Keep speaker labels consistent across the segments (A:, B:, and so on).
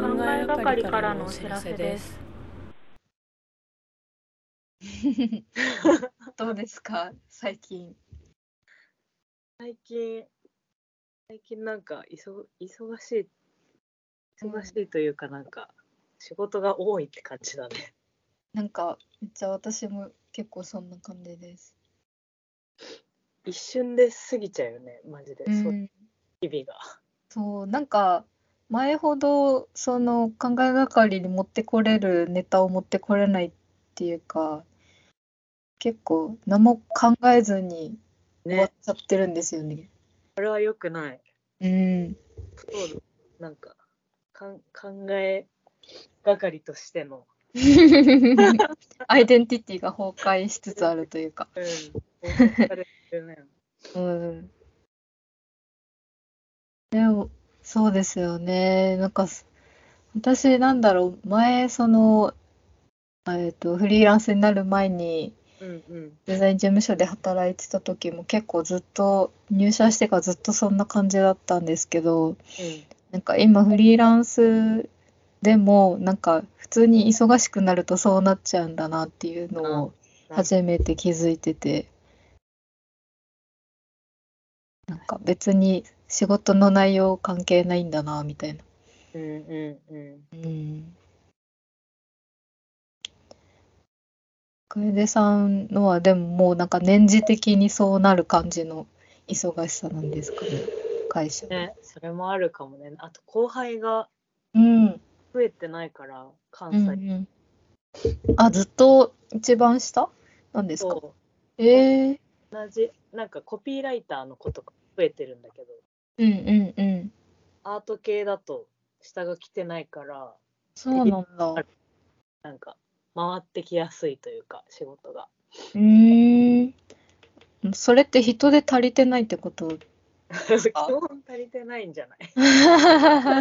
A: 係からのお知らせです。
B: どうですか最近。
C: 最近、最近なんか忙、忙しい、忙しいというかなんか、仕事が多いって感じだね。
B: なんかめっちゃ私も結構そんな感じです。
C: 一瞬で過ぎちゃうよね、マジで、そううん日々が。
B: そうなんか前ほどその考えがかりに持ってこれるネタを持ってこれないっていうか結構何も考えずに終わっ
C: ね、
B: ちゃってるんですよね。
C: これは良くない。
B: うん、
C: そうなんかかん、考え係としての、
B: アイデンティティが崩壊しつつあるというか。
C: うん、報告されてるね
B: うん。でも、そうですよね。なんかす、私、なんだろう、前、その、えっと、フリーランスになる前に、
C: うんうん。
B: デザイン事務所で働いてた時も結構ずっと、入社してからずっとそんな感じだったんですけど、なんか今、フリーランスでも、なんか、普通に忙しくなるとそうなっちゃうんだなっていうのを、初めて気づいててなんか別に仕事の内容関係ないんだなみたいな、
C: うんうんうん。
B: うん、楓さんのはでももうなんか年次的にそうなる感じの忙しさなんですかね会社、
C: ね、それもあるかもね。あと、後輩が
B: うん、うん
C: 増えてないから、関
B: う
C: 西。
B: んあずっと一番下なんですか
C: そう
B: ええ
C: 同じなんかコピーライターの子とか増えてるんだけど
B: うんうんうん
C: アート系だと下が来てないから
B: そうなんだう
C: なんか回ってきやすいというか仕事が
B: ーん。それって人で足りてないってこと
C: 基本足りてないんじゃな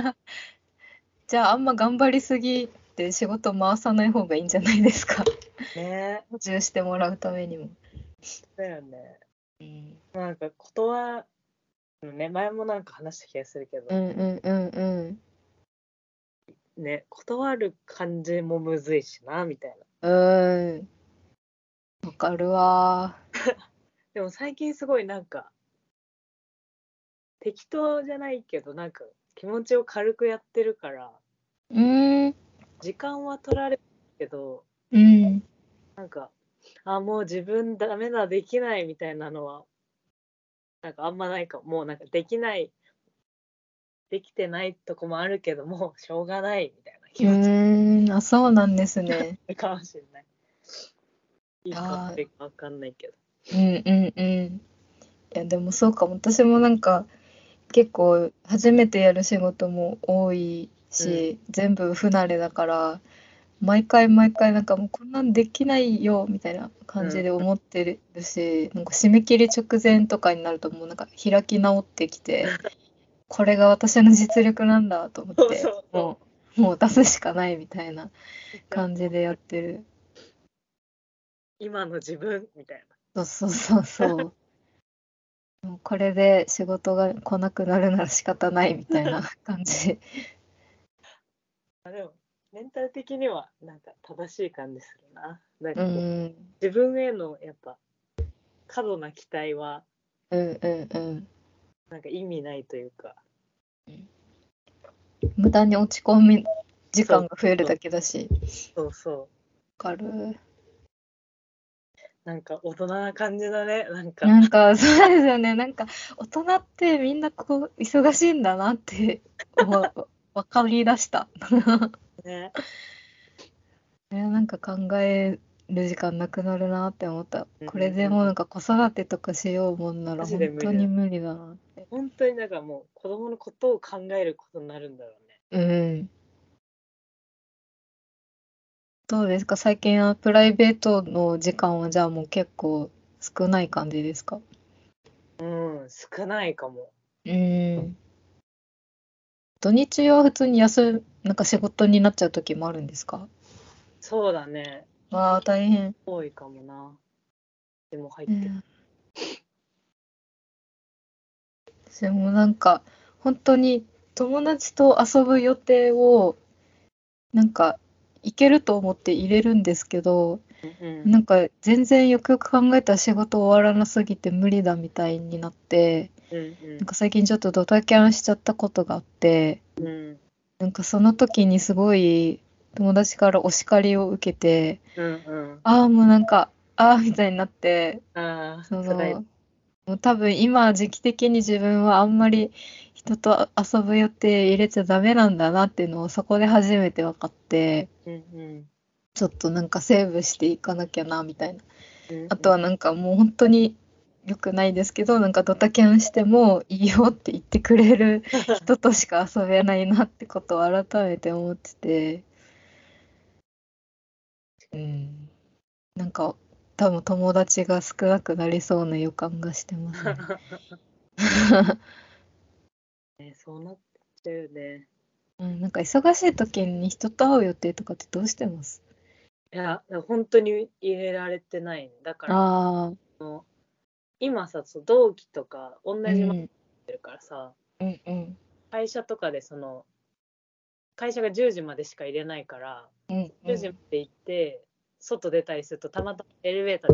C: い
B: じゃああんま頑張りすぎて仕事回さない方がいいんじゃないですか
C: ね
B: 補充してもらうためにも。
C: だよね
B: うん
C: なんか断るね前もなんか話した気がするけど、
B: うんうんうん
C: ね断る感じもむずいしなみたいな
B: うん。うん。わかるわ
C: でも最近すごいなんか適当じゃないけどなんか気持ちを軽くやってるから
B: ー。うーん。
C: 時間は取られるけど
B: うん。
C: なんかあもう自分ダメだできないみたいなのはなんかあんまないかももうなんかできないできてないとこもあるけどもうしょうがないみたいな
B: う
C: 気持ち
B: ーん。あ、そうなんですね。
C: かもしれない。いい
B: あ
C: か
B: ー
C: 悪いか分かんないけど。
B: うんうんうん。いやでもそうかも私もなんか結構初めてやる仕事も多いし、全部不慣れだから毎回毎回なんかもうこんなんできないよみたいな感じで思ってるし、なんか締め切り直前とかになるともうなんか開き直ってきてこれが私の実力なんだと思って
C: そうそう
B: もうもう出すしかないみたいな感じでやってる。
C: 今の自分みたい
B: そうそうそうそう。もうこれで仕事が来なくなるなら仕方ないみたいな感じ。
C: な。あでもメンタル的にはなんか正しい感じするな。なん
B: う
C: かこうん自分へのやっぱ過度な期待は
B: うんうんうん。
C: なんか意味ないというか。
B: 無駄に落ち込み時間が増えるだけだし。わ
C: そうそう。
B: かる。
C: なんか大人な感じだね。なんか、
B: なんかそうですよね。なんか大人ってみんなこう忙しいんだなってわわかりだした。
C: ね。
B: いやなんか考える時間なくなるなって思った
C: うん。
B: これでもうなんか子育てとかしようもんなら
C: マジで
B: 本
C: 無理
B: 当に無理だなって。
C: 本当になんかもう子供のことを考えることになるんだろうね。
B: うん。どうですか最近はプライベートの時間はじゃあもう結構少ない感じですか
C: うん、少ないかも。
B: うん。土日は普通に休み、なんか仕事になっちゃう時もあるんですか
C: そうだね。
B: わあ、大変。
C: 多いかもな。でも入っ
B: う
C: てる。
B: ん私もなんか本当に友達と遊ぶ予定をなんかいけると思って入れるんですけど、
C: うん
B: なんか全然よくよく考えたら仕事終わらなすぎて無理だみたいになって、
C: うん
B: なんか最近ちょっとドタキャンしちゃったことがあって、
C: うんうん
B: なんかその時にすごい友達からお叱りを受けて、
C: うんうん
B: ああもうなんか、ああみたいになって、
C: ああ
B: そ
C: 辛い
B: の、もう多分今時期的に自分はあんまり人と遊ぶ予定入れちゃダメなんだなっていうのをそこで初めて分かって、
C: うん
B: ちょっとなんかセーブしていかなきゃなみたいな。
C: うん
B: あとはなんかもう本当に良くないですけど、なんかドタキャンしてもいいよって言ってくれ る人としか遊べないなってことを改めて思ってて。うん。なんか多分友達が少なくなりそうな予感がしてます ね。
C: ねそうなっちゃうよね
B: うん、なんか忙しい時に人と会う予定とかってどうしてます
C: いや本当に入れられてないねだから
B: あ
C: 今さそう同期とか同
B: あ、う
C: じものやっ
B: ん、
C: てるからさ、
B: うん、うん、
C: 会社とかでその会社が10時までしか入れないから
B: うん、う
C: 10時ま
B: ん。
C: で行って、外出たりするとたまたまエレベーター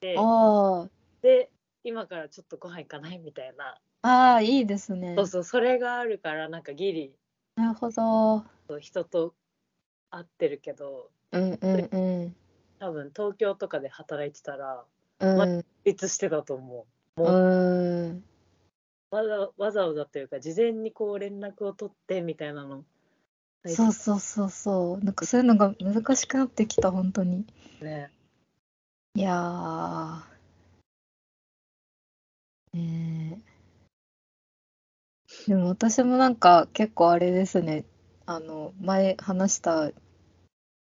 C: で会っ
B: あ
C: て今からちょっとご飯行かないみたいな、
B: あ、ああ、いいですね。
C: そうそうそれがあるからなんかギリ
B: なるほど。
C: 人と会ってるけど
B: うんうんうん。
C: 多分東京とかで働いてたら
B: うん
C: いつしてたと思うもう
B: うん。
C: わざわざわざというか事前にこう連絡を取ってみたいなの
B: そうそうそうそう。なんかそういうのが難しくなってきた、本当に。
C: ね
B: いやー。ねえ。でも私もなんか結構あれですね。あの、前話した、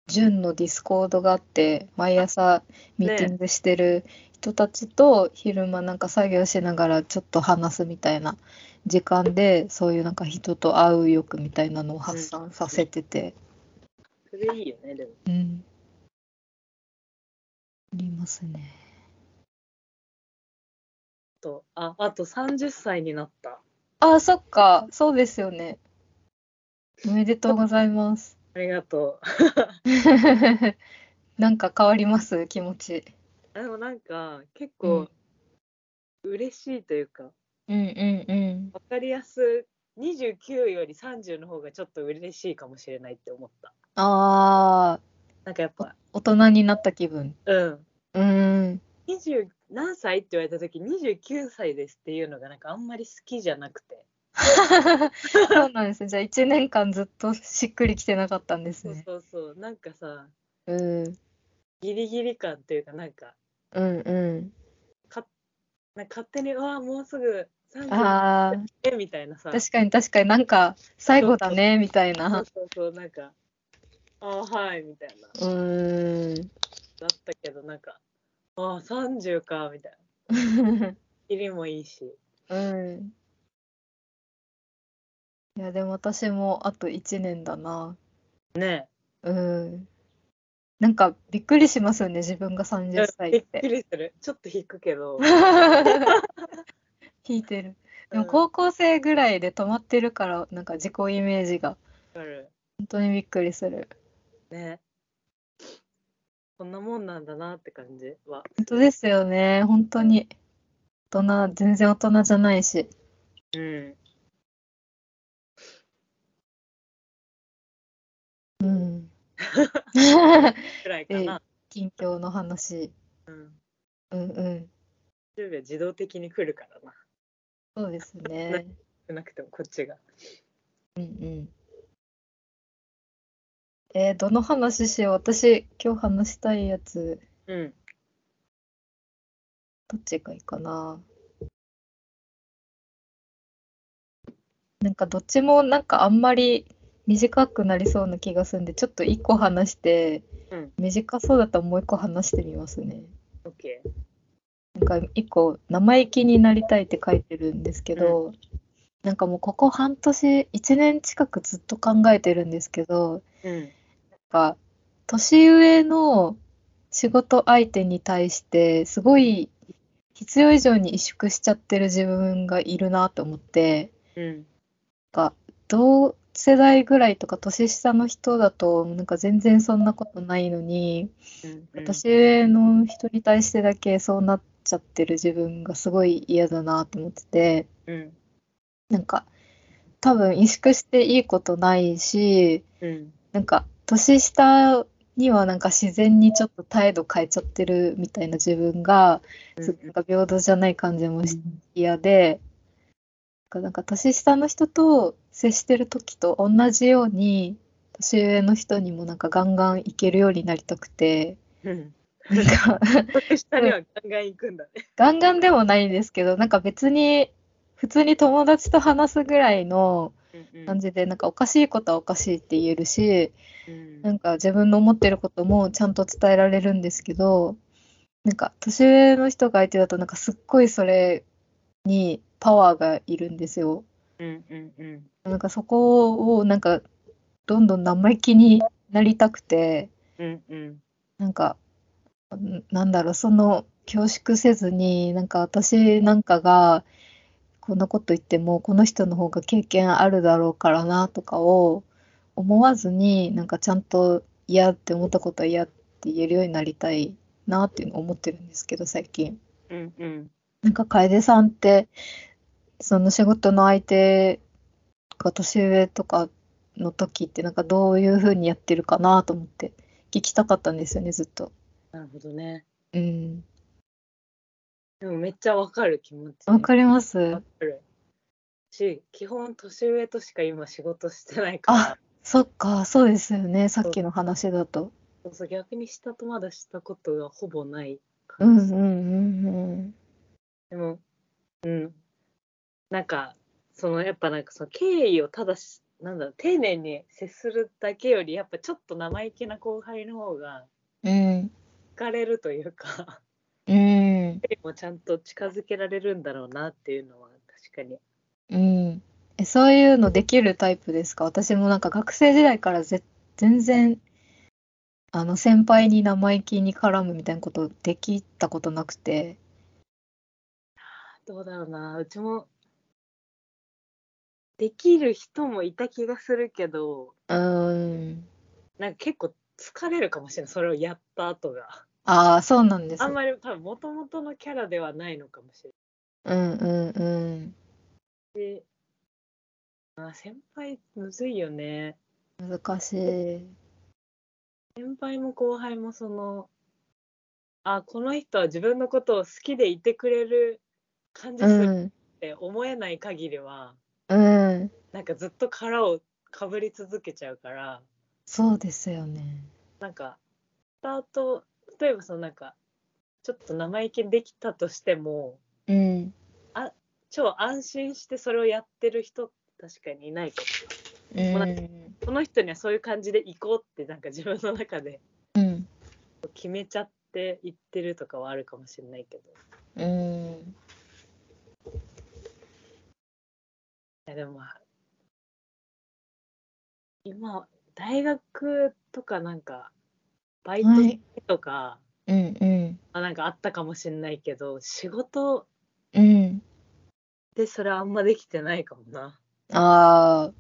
B: 純のディスコードがあって、毎朝ミーティングしてる人たちと、昼間なんか作業しながらちょっと話すみたいな時間で、そういうなんか人と会う欲みたいなのを発散させてて。
C: それいいよねでも
B: うん。ありますね。
C: とああと30歳になった
B: あ、そっか、そうですよね。おめでとうございます。
C: ありがとう
B: なんか変わります、気持ち。
C: あでもなんか結構嬉しいというか、わ
B: うんうんうん。
C: かりやす29より30の方がちょっと嬉しいかもしれないって思った
B: ああ、
C: なんかやっぱ
B: 大人になった気分。
C: うん
B: うーん。
C: 20何歳って言われた時29歳ですっていうのがなんかあんまり好きじゃなくて
B: そうなんですね。じゃあ1年間ずっとしっくりきてなかったんです
C: そう
B: ね。
C: そうそうなんかさ
B: うん。うん
C: ギリギリ感というかなんか
B: う
C: なんか勝手にうわもうすぐ
B: ん。
C: 30
B: ああ、
C: えみたいなさ
B: 確かに確かになんか最後だね、みたい
C: そ
B: な
C: う。そうそうなんかああはいみたいな
B: うーん。
C: だったけどなんかああ30かみたいな切りもいいし
B: うん。いや、でも私もあと1年だな。
C: ね
B: うん。なんかびっくりしますよね、自分が
C: え
B: 30歳
C: び
B: っ
C: っく
B: て。
C: りするちょっと引くけど
B: 引いてる。で
C: うん
B: も高校生ぐらいで止まってるから、なんか自己イメージが。
C: わかる
B: 本当にびっくりする。
C: ねこんなもんなんだなって感じは
B: 本当ですよね、本当に。大人、全然大人じゃないし。
C: うん
B: うん。
C: くらいかな、
B: 近況の話。
C: うん、
B: うんうん。
C: 10秒自動的に来るからな
B: そうですね。
C: 少なくてもこっちが
B: うんうん。えーどの話しよう。私、今日話したいやつ、
C: うん
B: どっちがいいかな。なんかどっちもなんかあんまり短くなりそうな気がするんで、ちょっと一個話して
C: うん、
B: 短そうだったらもう一個話してみますね。
C: OK
B: なんか一個生意気になりたいって書いてるんですけど、なんかもうここ半年、一年近くずっと考えてるんですけど、
C: うん
B: なんか年上の仕事相手に対してすごい必要以上に萎縮しちゃってる自分がいるなと思って
C: うん
B: なんかどう世代ぐらいとか年下の人だとなんか全然そんなことないのに
C: うんうん
B: 私上の人に対してだけそうなっちゃってる自分がすごい嫌だなと思ってて
C: うん
B: なんか多分萎縮していいことないし
C: うん
B: なんか年下にはなんか自然にちょっと態度変えちゃってるみたいな自分が
C: うん
B: すごいなんか平等じゃない感じもして嫌で、なんか年下の人と接してる時と同じように年上の人にもなんかガンガンいけるようになりたくて
C: うん
B: なんか
C: 年下にはガンガン行くんだね。
B: ガンガンでもないんですけどなんか別に普通に友達と話すぐらいの感じでなんかおかしいことはおかしいって言えるし
C: うん
B: なんか自分の思ってることもちゃんと伝えられるんですけど、なんか年上の人が相手だとなんかすっごいそれにパワーがいるんですよ。
C: うんうんうん
B: なんかそこをなんかどんどん生意気になりたくて、
C: うんうん
B: なんか、んなんだろう、その恐縮せずに、なんか私なんかがこんなこと言っても、この人の方が経験あるだろうからなとかを思わずに、なんかちゃんと嫌って思ったことは嫌って言えるようになりたいなっていうのを思ってるんですけど、最近。
C: うんうん
B: なんか楓さんって、その仕事の相手が年上とかの時って、なんかどういうふうにやってるかなと思って聞きたかったんですよね、ずっと。
C: なるほどね。
B: うん、
C: でもめっちゃわかる気持ち。
B: わかります
C: わ。かるし、基本年上としか今仕事してないから
B: あ、そっか、そうですよね。さっきの話だと。
C: そうそう逆に下とまだしたことがほぼない
B: う
C: 感
B: ん
C: じ。
B: うんうんうん。
C: でも、うん。なんか、そのやっぱなんかその敬意をただし、なんだろう、丁寧に接するだけより、やっぱちょっと生意気な後輩の方が
B: うん。
C: 惹かれるというか、
B: うん。
C: でもちゃんと近づけられるんだろうなっていうのは確かに。
B: うん。え、そういうのできるタイプですか私もなんか学生時代からぜ、全然、あの、先輩に生意気に絡むみたいなことできたことなくて。
C: どうだろうな、うちも、できる人もいた気がするけど、
B: うーん。
C: なんか結構疲れるかもしれない、それをやった後が。
B: ああ、そうなんです
C: あん
B: ね。
C: まり多分もともとのキャラではないのかもしれ
B: う
C: ない。
B: んうんうん。
C: あ先輩むずいよね
B: 難しい。
C: 先輩も後輩もそのあこの人は自分のことを好きでいてくれる感じ
B: う
C: する
B: ん。
C: って思えない限りは、
B: うん。
C: なんかずっと殻をかぶり続けちゃうから
B: そうですよね。
C: なんかスタート例えばそのなんかちょっと生意気にできたとしても
B: うん。
C: 超安心してそれをやってる人確かにいないかも
B: うん。
C: この人にはそういう感じで行こうってなんか自分の中で
B: うん。
C: 決めちゃって行ってるとかはあるかもしれないけど。
B: うん。
C: いやでもまあ今大学とかなんかバイト
B: はい。
C: とか、
B: うんうん。
C: まあなんかあったかもしれないけど仕事
B: うん。
C: でそれあんまできてないかもな
B: あ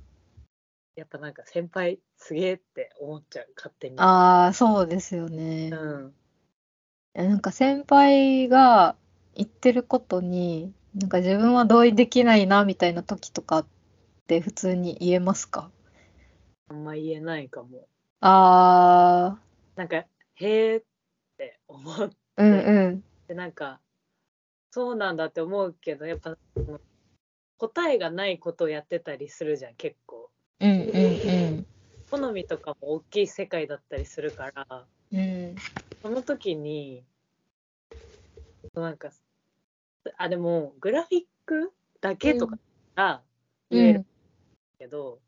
C: やっぱなんか先輩すげえって思っちゃう勝手に
B: あ、ああ、そうですよ
C: う
B: ね。
C: ん
B: なんか先輩が言ってることに、なんか自分は同意できないなみたいな時とかって普通に言えますか
C: あんま言えないかも
B: あ
C: なんかへえって思っ
B: あ、うんうん。
C: てなんかそうなんだって思うけどやっぱその答えがないことをやってたりするじゃん結構
B: うんうん
C: 好みとかも大きい世界だったりするから
B: うん。うん。
C: その時になんかあでもグラフィックだけとかが言え
B: う
C: る
B: ん。
C: けど、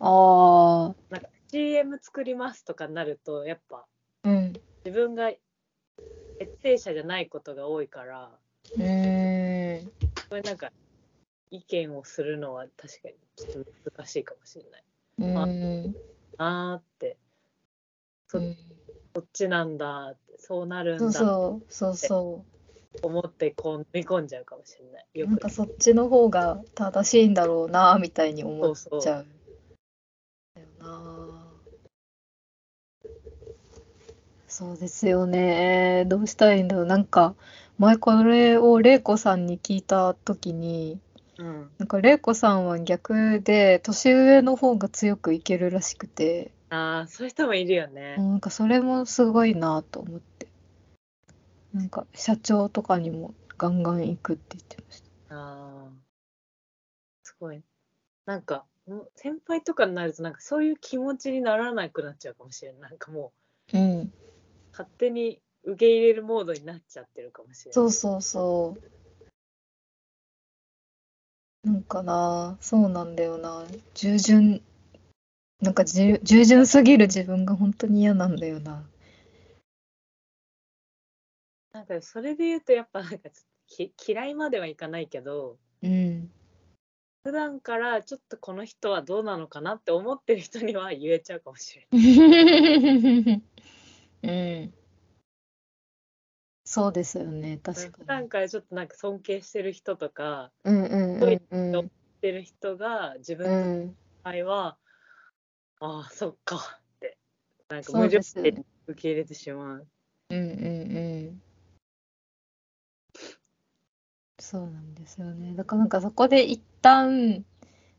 B: ああ、
C: なんか CM 作りますとかになるとやっぱ
B: うん。
C: 自分が決定者じゃないことが多いから
B: うーん。
C: これなんか意見をするのは確かにちょっと難しいかもしれない
B: うん。
C: なーってそ
B: うん
C: こっちなんだってそうなる
B: そ
C: ん
B: う
C: だと
B: そう、そうそう。
C: 思ってこう飲み込んじゃうかもしれないよ
B: なん
C: く
B: かそっちの方が正しいんだろうなみたいに思っちゃう。そうですよね。どうしたらいいんだろう。なんか、前これを玲子さんに聞いた時に、
C: うん。
B: なんか玲子さんは逆で、年上の方が強くいけるらしくて、
C: ああ、そういう人もいるよね。
B: なんかそれもすごいなと思って。なんか、社長とかにもガンガン行くって言ってました。
C: ああ。すごい。なんか、もう先輩とかになると、なんかそういう気持ちにならなくなっちゃうかもしれない。なんかも
B: うん。
C: う、勝手に受け入れるモードになっちゃってるかもしれない。
B: そうそうそう。なんかな、そうなんだよな。従順、なんかじ従順すぎる自分が本当に嫌なんだよな。
C: なんか、それで言うと、やっぱなんかき、 嫌いまではいかないけど、
B: うん。
C: 普段からちょっとこの人はどうなのかなって思ってる人には言えちゃうかもしれない。
B: うん。そうですよね、確
C: 普
B: か
C: 段
B: に。
C: からちょっとなんか尊敬してる人とか、
B: うんうんうんうん。
C: してる人が自分の
B: うん、
C: 場合は、ああ、そっかって、なんか
B: そ
C: 無
B: う
C: 条
B: ですよ
C: 件
B: ね
C: で受け入れてしまう。
B: うんうんうん。そうなんですよね。だからなんかそこで一旦、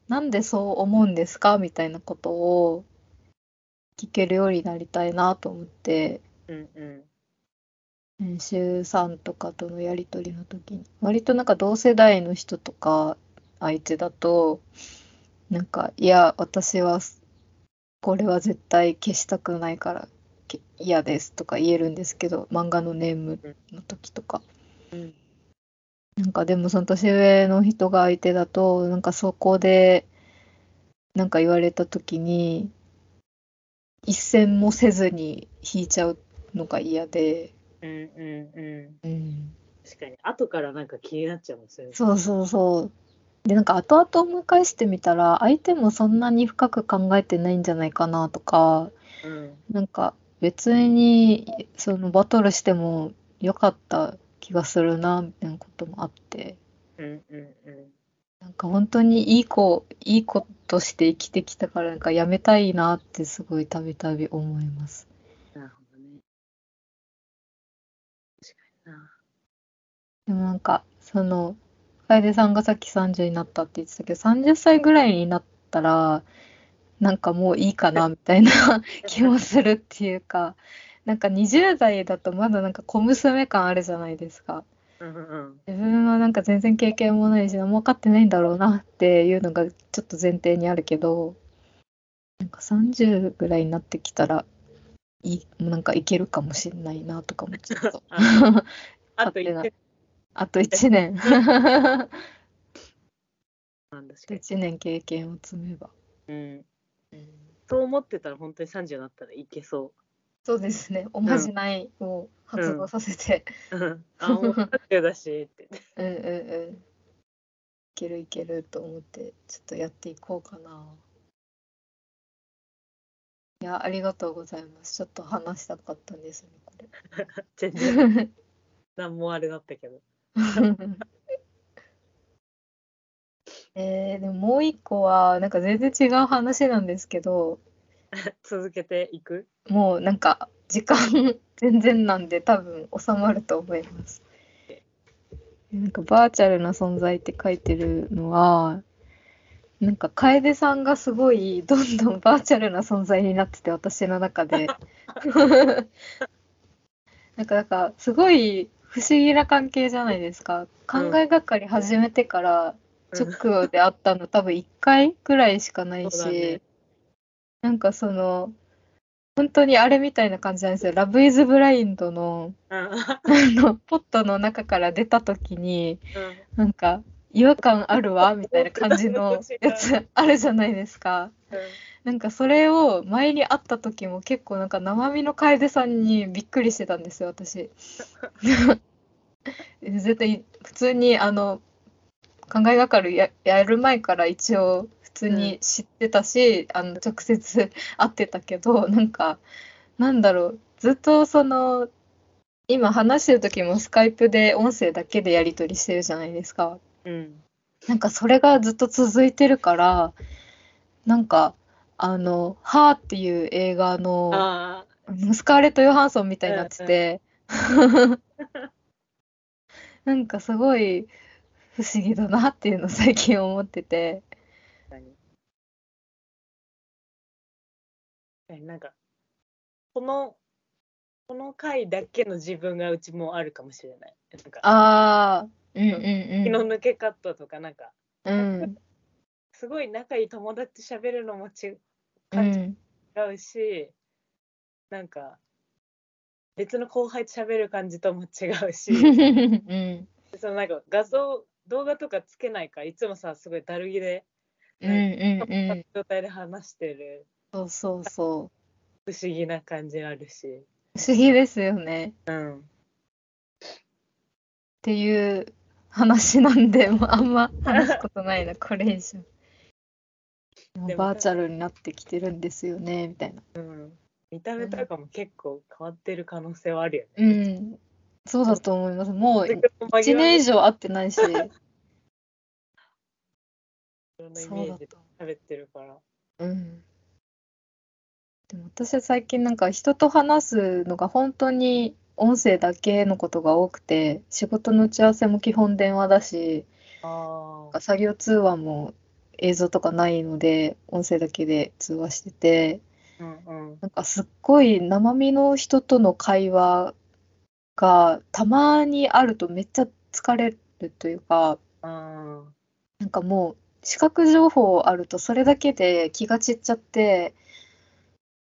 B: なんでそう思うんですかみたいなことを聞けるようになりたいなと思って、
C: うんうん。
B: 練習さんとかとのやりとりの時に。割となんか同世代の人とか相手だと、なんか、いや、私は、これは絶対消したくないからけ嫌ですとか言えるんですけど、漫画のネームの時とか。
C: うん
B: なんかでもその年上の人が相手だとなんかそこでなんか言われた時に一戦もせずに引いちゃうのが嫌で、
C: うんうんうん。
B: うん、
C: 確かに、後からなんか気になっちゃうもん、それ。
B: そうそうそうでなんか後々思い返してみたら相手もそんなに深く考えてないんじゃないかなとか
C: うん。
B: なんか別にそのバトルしても良かった気がするなみたいなこともあって。
C: うんうんうん。
B: なんか本当にいい子、いい子として生きてきたから、なんかやめたいなってすごいたびたび思います。
C: なるほどね。確かにな。
B: でもなんか、その、楓さんがさっき30になったって言ってたけど、30歳ぐらいになったら、なんかもういいかなみたいな 気もするっていうか、なんか20代だとまだなんか小娘感あるじゃないですか。
C: うんうん。
B: 自分はなんか全然経験もないし何も分かってないんだろうなっていうのがちょっと前提にあるけどなんか30ぐらいになってきたらいいなんかいけるかもしれないなとかもちょっと
C: ああと言っ
B: 勝
C: て
B: あと1年
C: たんですけど。
B: 1年経験を積めば、
C: うん。そう思ってたら本当に30になったらいけそ
B: そうですねおまじないを発動させて、
C: う。うんあ、もう30だしって。
B: うん、うんうんいけるいけると思ってちょっとやっていこうかないやありがとうございますちょっと話したかったんですねこれ
C: 全然。なんもあれだったけど。
B: えー、でももう一個はなんか全然違う話なんですけど
C: 続けていく
B: もうなんか時間 全然なんで多分収まると思います。なんかバーチャルな存在って書いてるのはなんか楓さんがすごいどんどんバーチャルな存在になってて私の中で なんかなんかすごい不思議な関係じゃないですか考えがかり始めてから
C: うん
B: 直後で会った の多分1回くらいしかない
C: そうだね
B: しなんかその本当にあれみたいな感じなんですよ「ラブ・イズ・ブラインド の」
C: うん
B: あのポットの中から出た時になんか違和感あるわみたいな感じのや つあるじゃないですか。なんかそれを前に会った時も結構なんか生身の楓さんにびっくりしてたんですよ私。 絶対普通にあの考えがかるややる前から一応普通に知ってたし、あの直接会ってたけどなんかなんだろうずっとその今話してる時もスカイプで音声だけでやり取りしてるじゃないですか。
C: うん。
B: なんかそれがずっと続いてるから、なんか、あの、ハーっていう映画の、
C: あ
B: あ
C: あ、
B: のスカーレット・ヨハンソンみたいになってて、 なんかすごい不思議だなっていうのを最近思ってて、
C: 確かに確かになんかこのこの回だけの自分がうちもあるかもしれないなんか
B: ああ、うんうん
C: 気
B: う
C: の
B: ん。
C: 抜け方とかなんか
B: うん、
C: すごい仲いい友達と喋るのも違
B: う
C: 感じ
B: ん、
C: 違うし、なんか別の後輩と喋る感じとも違うし
B: うん、
C: そのなんか画像動画とかつけないからいつもさすごいだるぎで
B: うん、うん、うん、
C: 状態で話してる
B: そうそうそう。
C: 不思議な感じあるし、
B: 不思議ですよね。っ
C: うん、
B: ていう話なん で、もうあんま話すことないな、これ以上。も
C: で
B: う
C: も
B: バーチャルになってきてるんですよね、みたいな。
C: 見た目とかも結構変わってる可能性はあるよね。
B: うん、そうだと思います。もう1
C: 1
B: 年以上会ってない し、
C: 上のイメ
B: そう
C: ー
B: だ
C: ジで
B: と。
C: 喋ってるから。
B: うん。でも私は最近なんか人と話すのが本当に音声だけのことが多くて、仕事の打ち合わせも基本電話だし、
C: あ
B: なん
C: あ
B: か作業通話も映像とかないので、音声だけで通話してて、
C: うんうん
B: なんかすっごい生身の人との会話がたまにあるとめっちゃ疲れるというか、
C: あ
B: なんかもう視覚情報あるとそれだけで気が散っちゃって、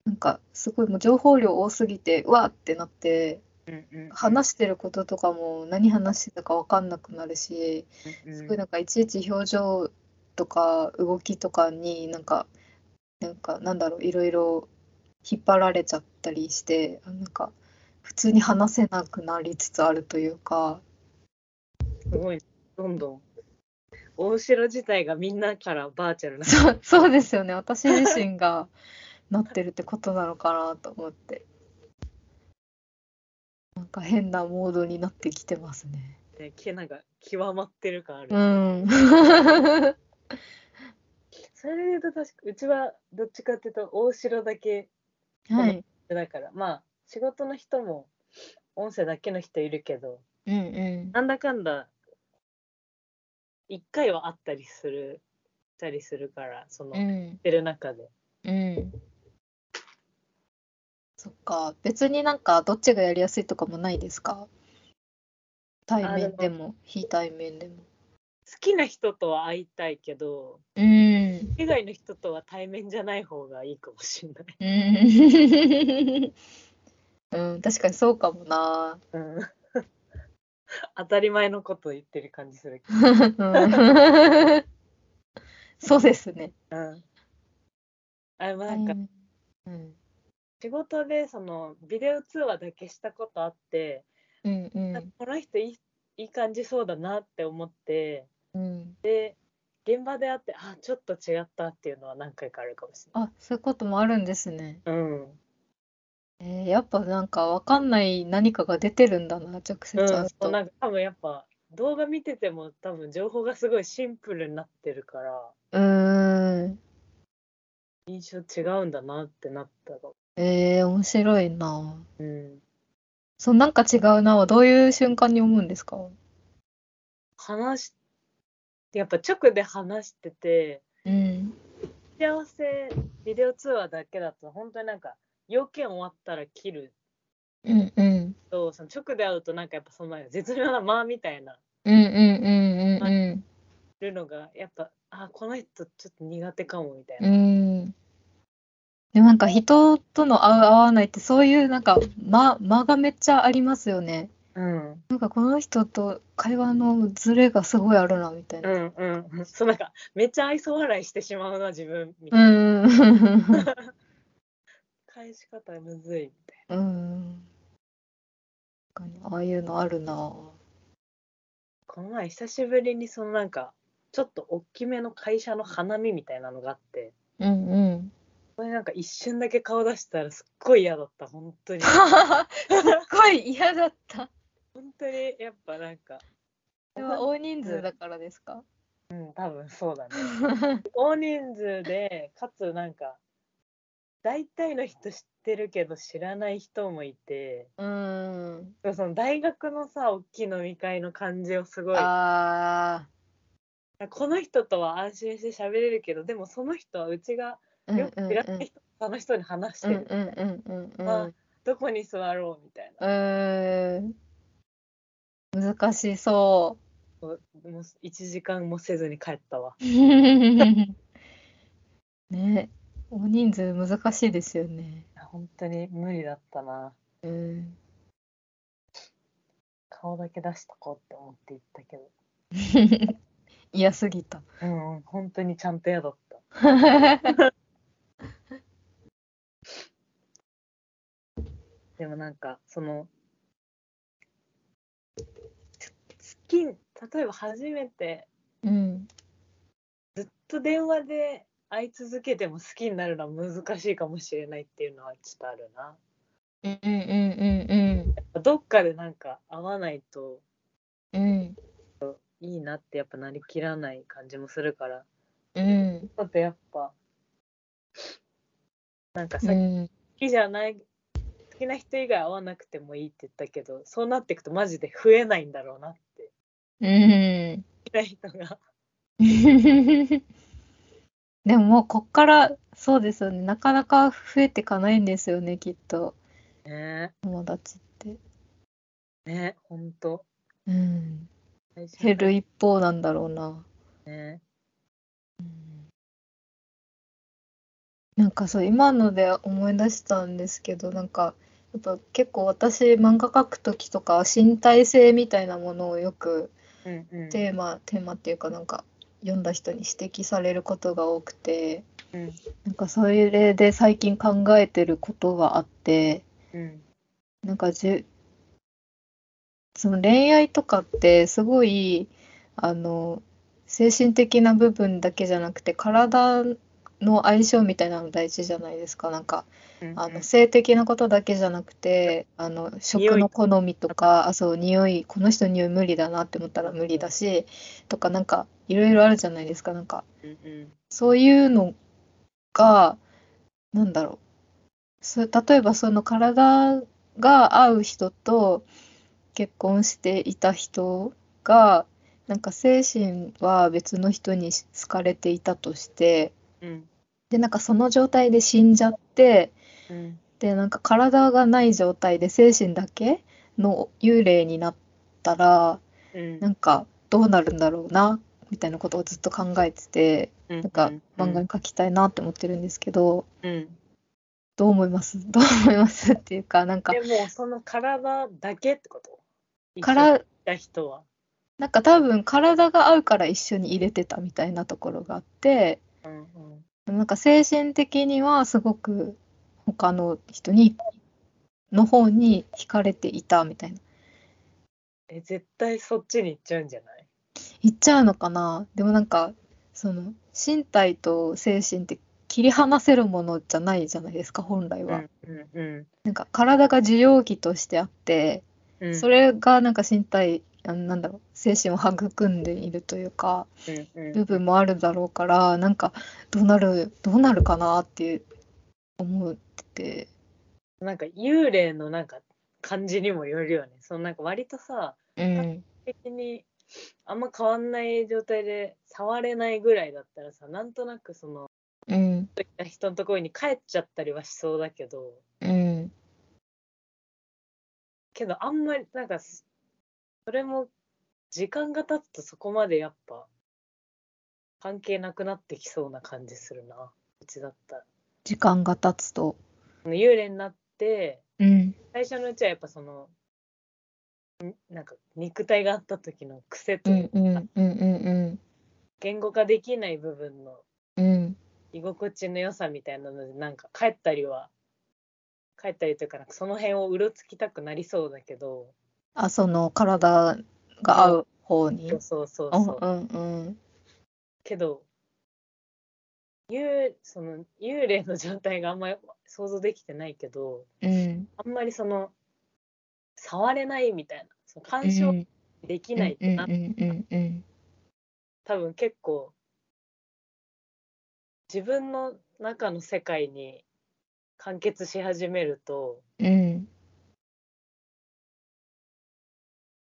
B: なんかすごいもう情報量多すぎて、うわーってなって、
C: ーうんうんうん
B: 話してることとかも何話してたかわかんなくなるし、
C: うんうん
B: すごいなんかいちいち表情とか動きとかになんかなんかなんだろういろいろ引っ張られちゃったりしてなんか普通に話せなくなりつつあるというか
C: すごい、どんどん。大城自体がみんなからバーチャルな。
B: そうそうですよね私自身がなってるってことなのかなと思ってなんか変なモードになってきてますね
C: ね、けなんか極まってる感ある。
B: うん
C: それで言うと確か、うちはどっちかっていうと大城だけ
B: はい
C: だから、まあ仕事の人も音声だけの人いるけど、
B: うんうん
C: なんだかんだ一回はあったりする、たりするから、その、
B: う
C: やっ
B: ん
C: てる中で。
B: うん。そっか、別になんかどっちがやりやすいとかもないですか対
C: あ
B: 面
C: で
B: でも、非対面でも。
C: 好きな人とは会いたいけど、
B: うん。
C: 以外の人とは対面じゃない方がいいかもしれない。
B: うん。 うん、確かにそうかも な。
C: うん当たり前のこと言ってる感じするけど。
B: うんそうですね。
C: うん、あれもなんか
B: うん。
C: 仕事でそのビデオ通話だけしたことあって、
B: うんう
C: なんか
B: ん。
C: この人いいいい感じそうだなって思って
B: うん。
C: 現場で会ってあちょっと違ったっていうのは何回かあるかもしれ
B: あ、そういうこともあるんですね。
C: ない。うん
B: えーやっぱなんかわかんない何かが出てるんだな、直接
C: うん、
B: 会う
C: そう
B: と。
C: なんか多分やっぱ動画見てても多分情報がすごいシンプルになってるから
B: うん。
C: 印象違うんだなってなったかも。
B: ええ面白いな。
C: うん、
B: そう、なんか違うなはどういう瞬間に思うんですか
C: 話しやっぱ直で話してて
B: うん。
C: 幸せビデオ通話だけだと本当になんか要件終わったら切る
B: うんうん。
C: とその直で会うとなんかやっぱそのなんか絶妙な間みたいな
B: うんうんうんうん
C: るのがやっぱあこの人ちょっと苦手かもみたい
B: うん。
C: な、
B: うん。でもなんか人との合う合わないってそういうなんか間、間がめっちゃありますよね。
C: うん、
B: なんかこの人と会話のズレがすごいあるなみたいうな。
C: んうん そうなんかめっちゃ愛想笑いしてしまうな自分みた
B: う
C: いな、
B: ん。
C: 返し方むずいみたい
B: うん。確かにああいうのあるな。
C: なこの前久しぶりにそのなんかちょっと大きめの会社の花見みたいなのがあって
B: うんうん。
C: これなんか一瞬だけ顔出したらすっごい嫌だった本当 に
B: すごい嫌だった。
C: 本当にやっぱなんか
B: それは大人数だからですか
C: うん、多分そうだね。大人数で、かつなんか、大体の人知ってるけど知らない人もいて
B: うん。
C: その大学のさ大きい飲み会の感じをすごい
B: あ
C: この人とは安心して喋れるけどでもその人はうちが
B: あ。うん
C: よく知らない人と楽しそうに話して
B: うん
C: る、
B: うんうんうんうん
C: あどこに座ろうみたいな
B: うん。うーん。難しそう。
C: もう1時間もせずに帰っ たわ
B: ね、大人数難しいですよね。
C: 本当に無理だったな
B: うん。
C: 顔だけ出しとこうって思って行ったけど
B: 嫌すぎた。
C: うんうん本当にちゃんと嫌だったでもなんかその好き例えば初めて
B: うん。
C: ずっと電話で会い続けても好きになるのは難しいかもしれないっていうのはちょっとあるな。
B: うんうんうん
C: どっかでなんか会わないと
B: うん。うん。
C: いいなってやっぱなりきらない感じもするから。
B: うん。
C: だってやっぱなんかさ
B: う
C: っき好
B: ん。
C: きじゃない、好きな人以外会わなくてもいいって言ったけどそうなっていくとマジで増えないんだろうなって
B: うん。
C: 好きな人 が。
B: でももうこっからそうですよね。なかなか増えていかないんですよね、きっと。
C: ね
B: 友達って。
C: えねえほんと。
B: うん。
C: 大事だ
B: 減る一方なんだろうな。
C: ね
B: なんかそう今ので思い出したんですけどなんかやっぱ結構私漫画描く時とか身体性みたいなものをよく
C: うんうん
B: テーマテーマっていうかなんか読んだ人に指摘されることが多くて
C: うん
B: なんかそれで最近考えてることがあって
C: うん
B: なんかじゅその恋愛とかってすごいあの精神的な部分だけじゃなくて体の相性みたいなの大事じゃないですかなんか
C: うん
B: あの性的なことだけじゃなくてあの食の好みとかあそう匂いこの人匂い無理だなって思ったら無理だしとかなんかいろいろあるじゃないですかなんか
C: うんうん
B: そういうのがなんだろうそう例えばその体が合う人と結婚していた人がなんか精神は別の人に好かれていたとして
C: うん
B: でなんかその状態で死んじゃって。
C: うん
B: でなんか体がない状態で精神だけの幽霊になったら
C: うん
B: なんかどうなるんだろうなみたいなことをずっと考えてて
C: な
B: なんか漫画に描きたいなって思ってるんですけど、
C: うん、
B: どう思います どう思いますっていうかなんか
C: でもその体だけってこと
B: から
C: 生きた人は。
B: なんか多分体が合うから一緒に入れてたみたいなところがあって
C: うんうん
B: なんか精神的にはすごく他の人にの方に惹かれていたみたいな。
C: え絶対そっちに行っちゃうんじゃない
B: 行っちゃうのかなでもなんかその身体と精神って切り離せるものじゃないじゃないですか本来は、
C: うんう
B: なんか体が受容器としてあって、
C: んうん、
B: それ
C: れ、
B: がなんか身体あなんだろう精神を育んでいるというか
C: うんうん、
B: 部分もあるだろうからなんかどうなるどうなるかなって思ってて
C: なんか幽霊のなんか感じにもよるよね。そのなんか割とさ
B: うん
C: 的にあんま変わんない状態で触れないぐらいだったらさなんとなくその
B: うん
C: 人のところに帰っちゃったりはしそうだけど
B: うん
C: けどあんまりなんかそそれも時間が経つとそこまでやっぱ関係なくなってきそうな感じするなうちだったら
B: 時間が経つと
C: その幽霊になって
B: うん
C: 最初のうちはやっぱそのんなんか肉体があった時の癖と
B: う
C: い
B: ん
C: うか、
B: うんうんうん
C: 言語化できない部分の
B: うんうん
C: 居心地の良さみたいなのでなんか帰ったりは帰ったりというかなんかその辺をうろつきたくなりそうだけど、
B: あ、その体が合う方に。
C: そうそうそう
B: うん
C: そう
B: うんうん。
C: けど幽その幽霊の状態があんまり想像できてないけど
B: うん。
C: あんまりその触れないみたいなその
B: う
C: 干
B: んう
C: 渉
B: ん
C: できないってな、
B: うんうんうん
C: 多分結構自分の中の世界に完結し始めると
B: うん、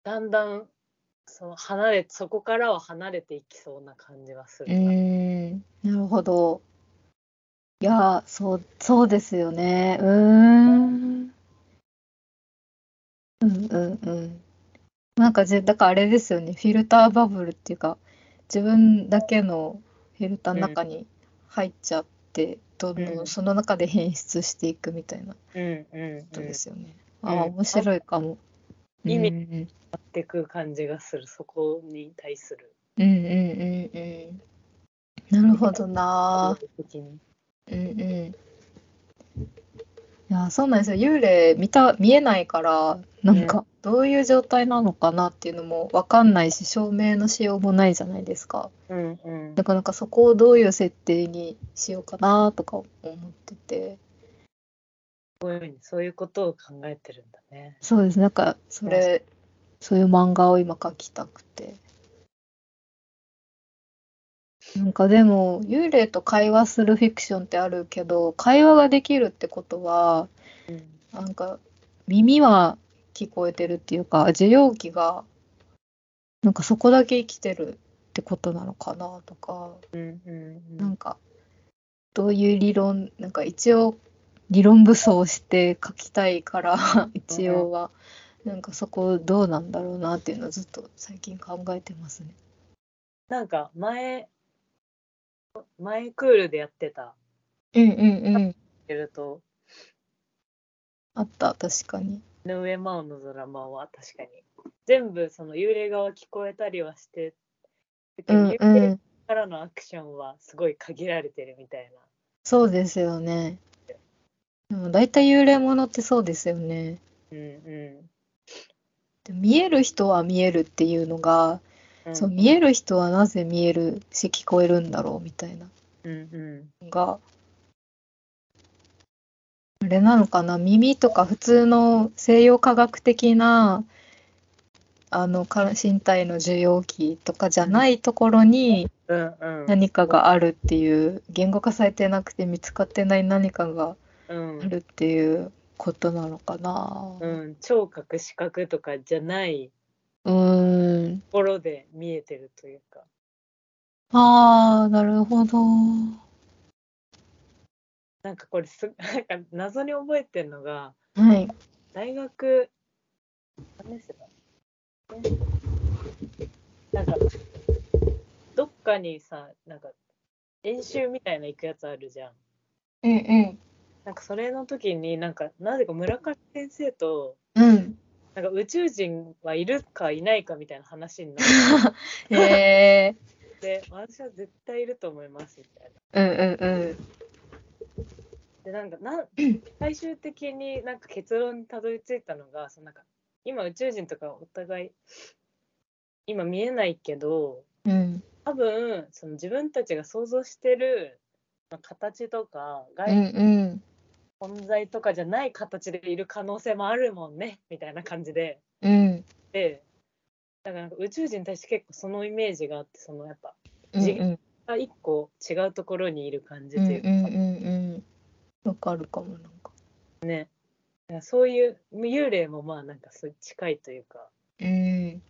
C: だんだんその離れそこからは離れていきそうな感じはす
B: う
C: るな、
B: ーん、なるほど。いやー、そう、そうですよね。うーん。うんうんうん。なんかじ、だからあれですよね。フィルターバブルっていうか、自分だけのフィルターの中に入っちゃって、どんど
C: うん
B: んその中で変質していくみたいなこ
C: うんう
B: と
C: んうん
B: で
C: や
B: すよね。
C: うん
B: ああ、面白いかも。
C: 意味
B: うん
C: ってく感じがするそこに対する
B: うんうんうんうん。なるほどなー。
C: 的に
B: うんうん。いや、そうなんですよ。幽霊見た、見えないから、なんか、どういう状態なのかなっていうのもわかんないし、証明のしようもないじゃないですか。
C: うんうん
B: だからなんかそこをどういう設定にしようかなとか思ってて。
C: こういうふうにそういうことを考えてるんだね
B: そうです。なんか、それ、そういう漫画を今描きたくて。なんかでも、幽霊と会話するフィクションってあるけど、会話ができるってことは、
C: うん
B: なんか耳は聞こえてるっていうか受容器がなんかそこだけ生きてるってことなのかなとか
C: うんうんう
B: なん
C: ん
B: かどういう理論なんか一応理論武装して書きたいから 一応はなんかそこどうなんだろうなっていうのをずっと最近考えてますね。
C: なんか前前クールでやってたやっ
B: うんうんうん。
C: てると
B: あった確かに。
C: 井上真央のドラマは確かに全部その幽霊側聞こえたりはしてるけ
B: う
C: ど
B: ん
C: 幽
B: う
C: 霊
B: ん。
C: からのアクションはすごい限られてるみたいな
B: そうですよね。でも大体幽霊ものってそうですよね。
C: うんう
B: で見える人は見えるっていうのが、
C: んうん
B: そう見える人はなぜ見えるし聞こえるんだろうみたいな
C: うんう
B: のがあれなのかな耳とか普通の西洋科学的なあのか身体の受容器とかじゃないところに
C: んうんうん
B: 何かがあるっていう言語化されてなくて見つかってない何かが
C: うん
B: あるっていうことなのかな。
C: うん、聴覚視覚とかじゃない
B: うーん
C: ところで見えてるというか
B: ああ、なるほど。は
C: なんかこれす なんか謎に覚えてるのが
B: い。
C: 大学何年生だなんかどっかにさなんか演習みたいな行くやつあるじゃん
B: うんうん。
C: なんかそれの時になんかなぜか村上先生と
B: うん。
C: なんか宇宙人はいるかいないかみたいな話にな
B: へえ。
C: って私は絶対いると思いますみたいな。
B: うんうん
C: でなんかなん最終的になんか結論にたどり着いたのがそのなんか今宇宙人とかお互い今見えないけど
B: うん。うん。
C: 多分その自分たちが想像してるまあ形とか
B: う
C: 外
B: んうん。
C: 存在とかじゃない形でいる可能性もあるもんねみたいな感じで
B: うん。
C: でだからなんか宇宙人に対して結構そのイメージがあってそのやっぱ
B: うんうん。
C: 一個違うところにいる感じ
B: う
C: と
B: ん
C: いうう
B: ん
C: か。
B: うんうん。わかるかも、なんか。
C: なんかそういう幽霊もまあなんかそう近いというか
B: うん。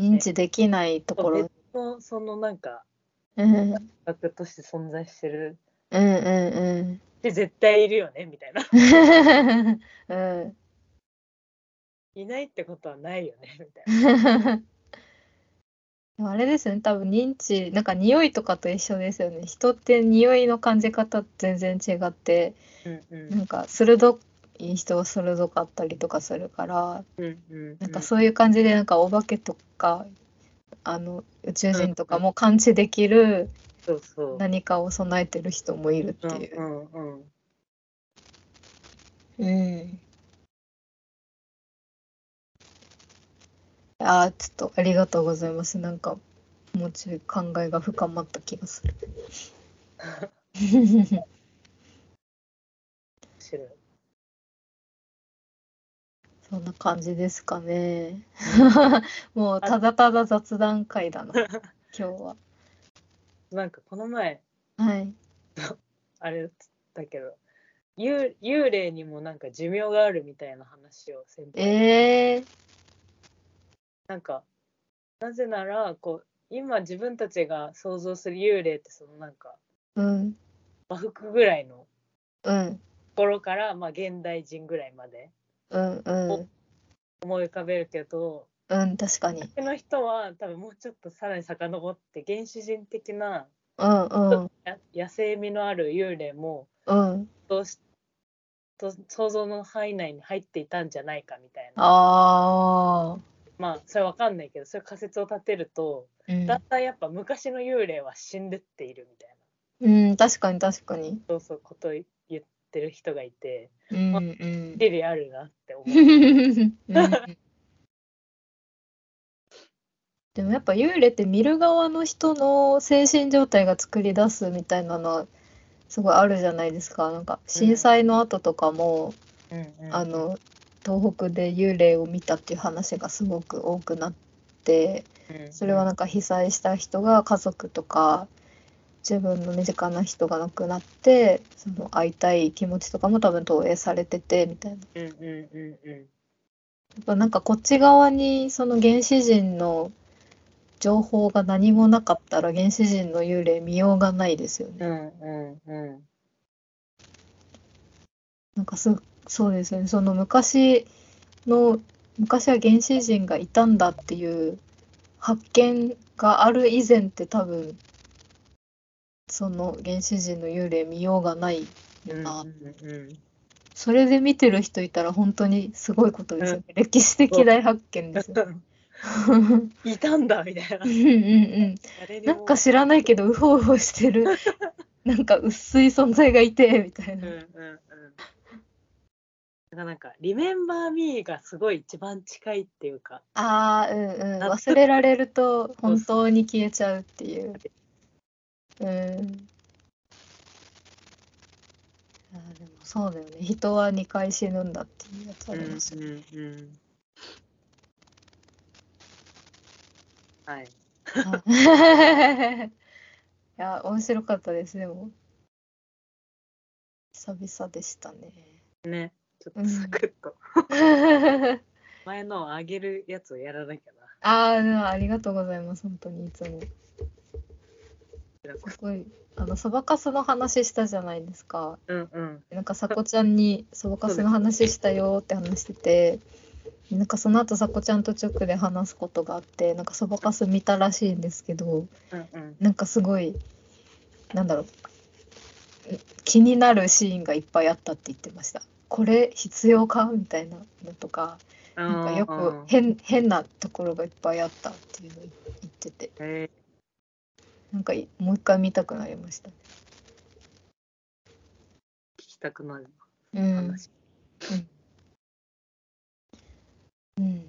B: 認知できないところ
C: 別。のそのなんか
B: うん。うん
C: 学として存在してる
B: うんうん。
C: で絶対いるよねみたいな
B: うん。
C: いないってことはないよねみたい
B: でもあれですよね、多分認知、なんか匂いとかと一緒ですよね。人って匂いの感じ方全然違って。
C: な。うんう
B: なん
C: ん
B: か鋭い人は鋭かったりとかするから
C: うんうん
B: なんかそういう感じでなんかお化けとかあの宇宙人とかも感知できる
C: そうそう
B: 何かを備えてる人もいるって
C: うん
B: いう
C: う。んうん
B: うんあーちょっとありがとうございます。なんかもうちょい考えが深まった気がする。
C: 面白い
B: そんな感じですかね。 もうただただ雑談会 だな、今日は。
C: なんかこの前
B: はい。
C: あれだけど幽幽霊にもなんか寿命があるみたいな話を先輩
B: ええ
C: なんかなぜならこう今自分たちが想像する幽霊ってそのなんか
B: うん
C: 和服ぐらいの
B: うん
C: 頃から、まあ、現代人ぐらいまで
B: うんうん
C: 思い浮かべるけど
B: うん確か に
C: 昔の人は多分もうちょっとさらに遡って原始人的な
B: うんうん
C: や野生味のある幽霊も
B: うん
C: どうしと想像の範囲内に入っていたんじゃないかみたいな
B: ああ
C: まあそれわかんないけどそれ仮説を立てると
B: うん
C: だんだんやっぱ昔の幽霊は死んでっているみたいな
B: うん確かに確かに
C: そうそうことを言ってる人がいて
B: うん うん
C: リリあるなって思う。
B: うんでもやっぱ幽霊って見る側の人の精神状態が作り出すみたいなのはすごいあるじゃないですか。なんか震災の後とかも、
C: うんうんうん
B: あの東北で幽霊を見たっていう話がすごく多くなって、それはなんか被災した人が家族とか自分の身近な人が亡くなって、その会いたい気持ちとかも多分投影されててみたいな。
C: うんうんうんう
B: やっぱなんかこっち側にその原始人の情報が何もなかったら原始人の幽霊見ようがないですよ
C: んう
B: ね。
C: んうんうん
B: なんかすそうですね。その昔の昔は原始人がいたんだっていう発見がある以前って多分その原始人の幽霊見ようがないよ
C: うん
B: な。
C: うん
B: それで見てる人いたら本当にすごいことですよね。歴史的大発見ですよね。
C: うん いたんだみたいな
B: うんうんうん。
C: 誰に
B: な
C: も
B: んか知らないけど、うほうほして る、なんか薄い存在がいて、みたい
C: うん
B: な。
C: うんうんだからなんか「リメンバー・ミー」がすごい一番近いっていうか
B: ああ、うんうん。忘れられると、本当に消えちゃうっていう。うん。あーでもそうだよね。人は2回死ぬんだっていうやつありますよね。
C: うんはい
B: はいいや、面白かったです、でも。久々でしたね。
C: ねちょっとサクッと、前のをあげるやつをやらなきゃな
B: ああ、でもありがとうございます、本当にいつも。すごい、あの、そばかすの話したじゃないですか。
C: うんうん
B: なんか、さこちゃんに、そばかすの話したよって話してて、なんか、その後、さこちゃんと直で話すことがあって、なんか、そばかす見たらしいんですけど、
C: うんうん
B: なんか、すごい、なんだろう、気になるシーンがいっぱいあったって言ってました。これ、必要かみたいなのとか、なんか、よく変、変なところがいっぱいあったっていうのを言ってて。
C: え
B: なんかいもう一回見たくなりました。
C: 聞きたくなる
B: うん、
C: 話、
B: うん、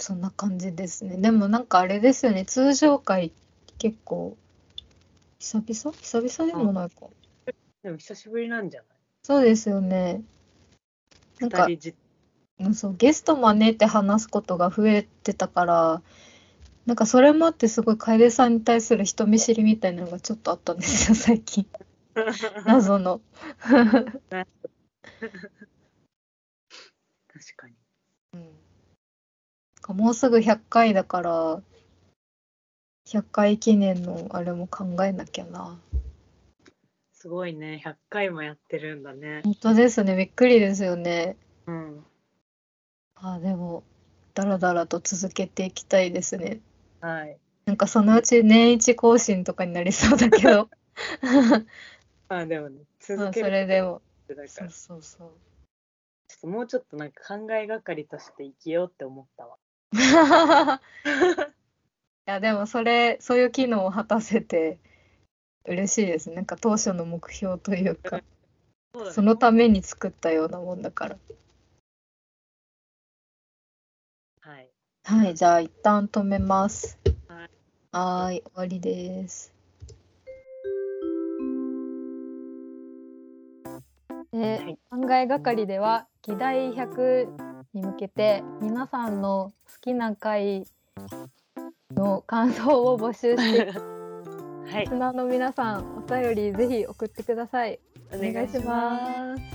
B: そんな感じですね。でもなんかあれですよね、通常回結構久々久々でもないか。
C: でも久しぶりなんじゃ
B: そうですよね。なん
C: な
B: か
C: い二人じ
B: うんそうゲスト招いて話すことが増えてたから、なんかそれもあってすごい楓さんに対する人見知りみたいなのがちょっとあったんです よ、最近。謎の。
C: 確かに
B: うんかもうすぐ100回だから、100回記念のあれも考えなきゃな。
C: すごいね100回もやってるんだね
B: 本当ですね、びっくりですよね。
C: うん
B: あでも、だらだらと続けていきたいですね。
C: はい
B: なんかそのうち年一更新とかになりそうだけど、
C: まあでもね
B: ま
C: 続
B: あ
C: け
B: そ
C: る
B: れでも。
C: ってだか
B: そ
C: ら
B: う
C: ちょ
B: そう そう。
C: っともうちょっとなんか考えがかりとして生きようって思ったわ
B: いや、でもそれ、そういう機能を果たせて嬉しいですね。なんか当初の目標というか。
C: そうだね
B: そのために作ったようなもんだから。
C: はい
B: はい、じゃあ一旦止めます。
C: はい
B: はーい、終わりです。
D: で
C: はい
D: 考えがかりでは議題100に向けて皆さんの好きな回の感想 を募集して
C: はい
D: リスナーの皆さんお便りぜひ送ってください
B: お願いします。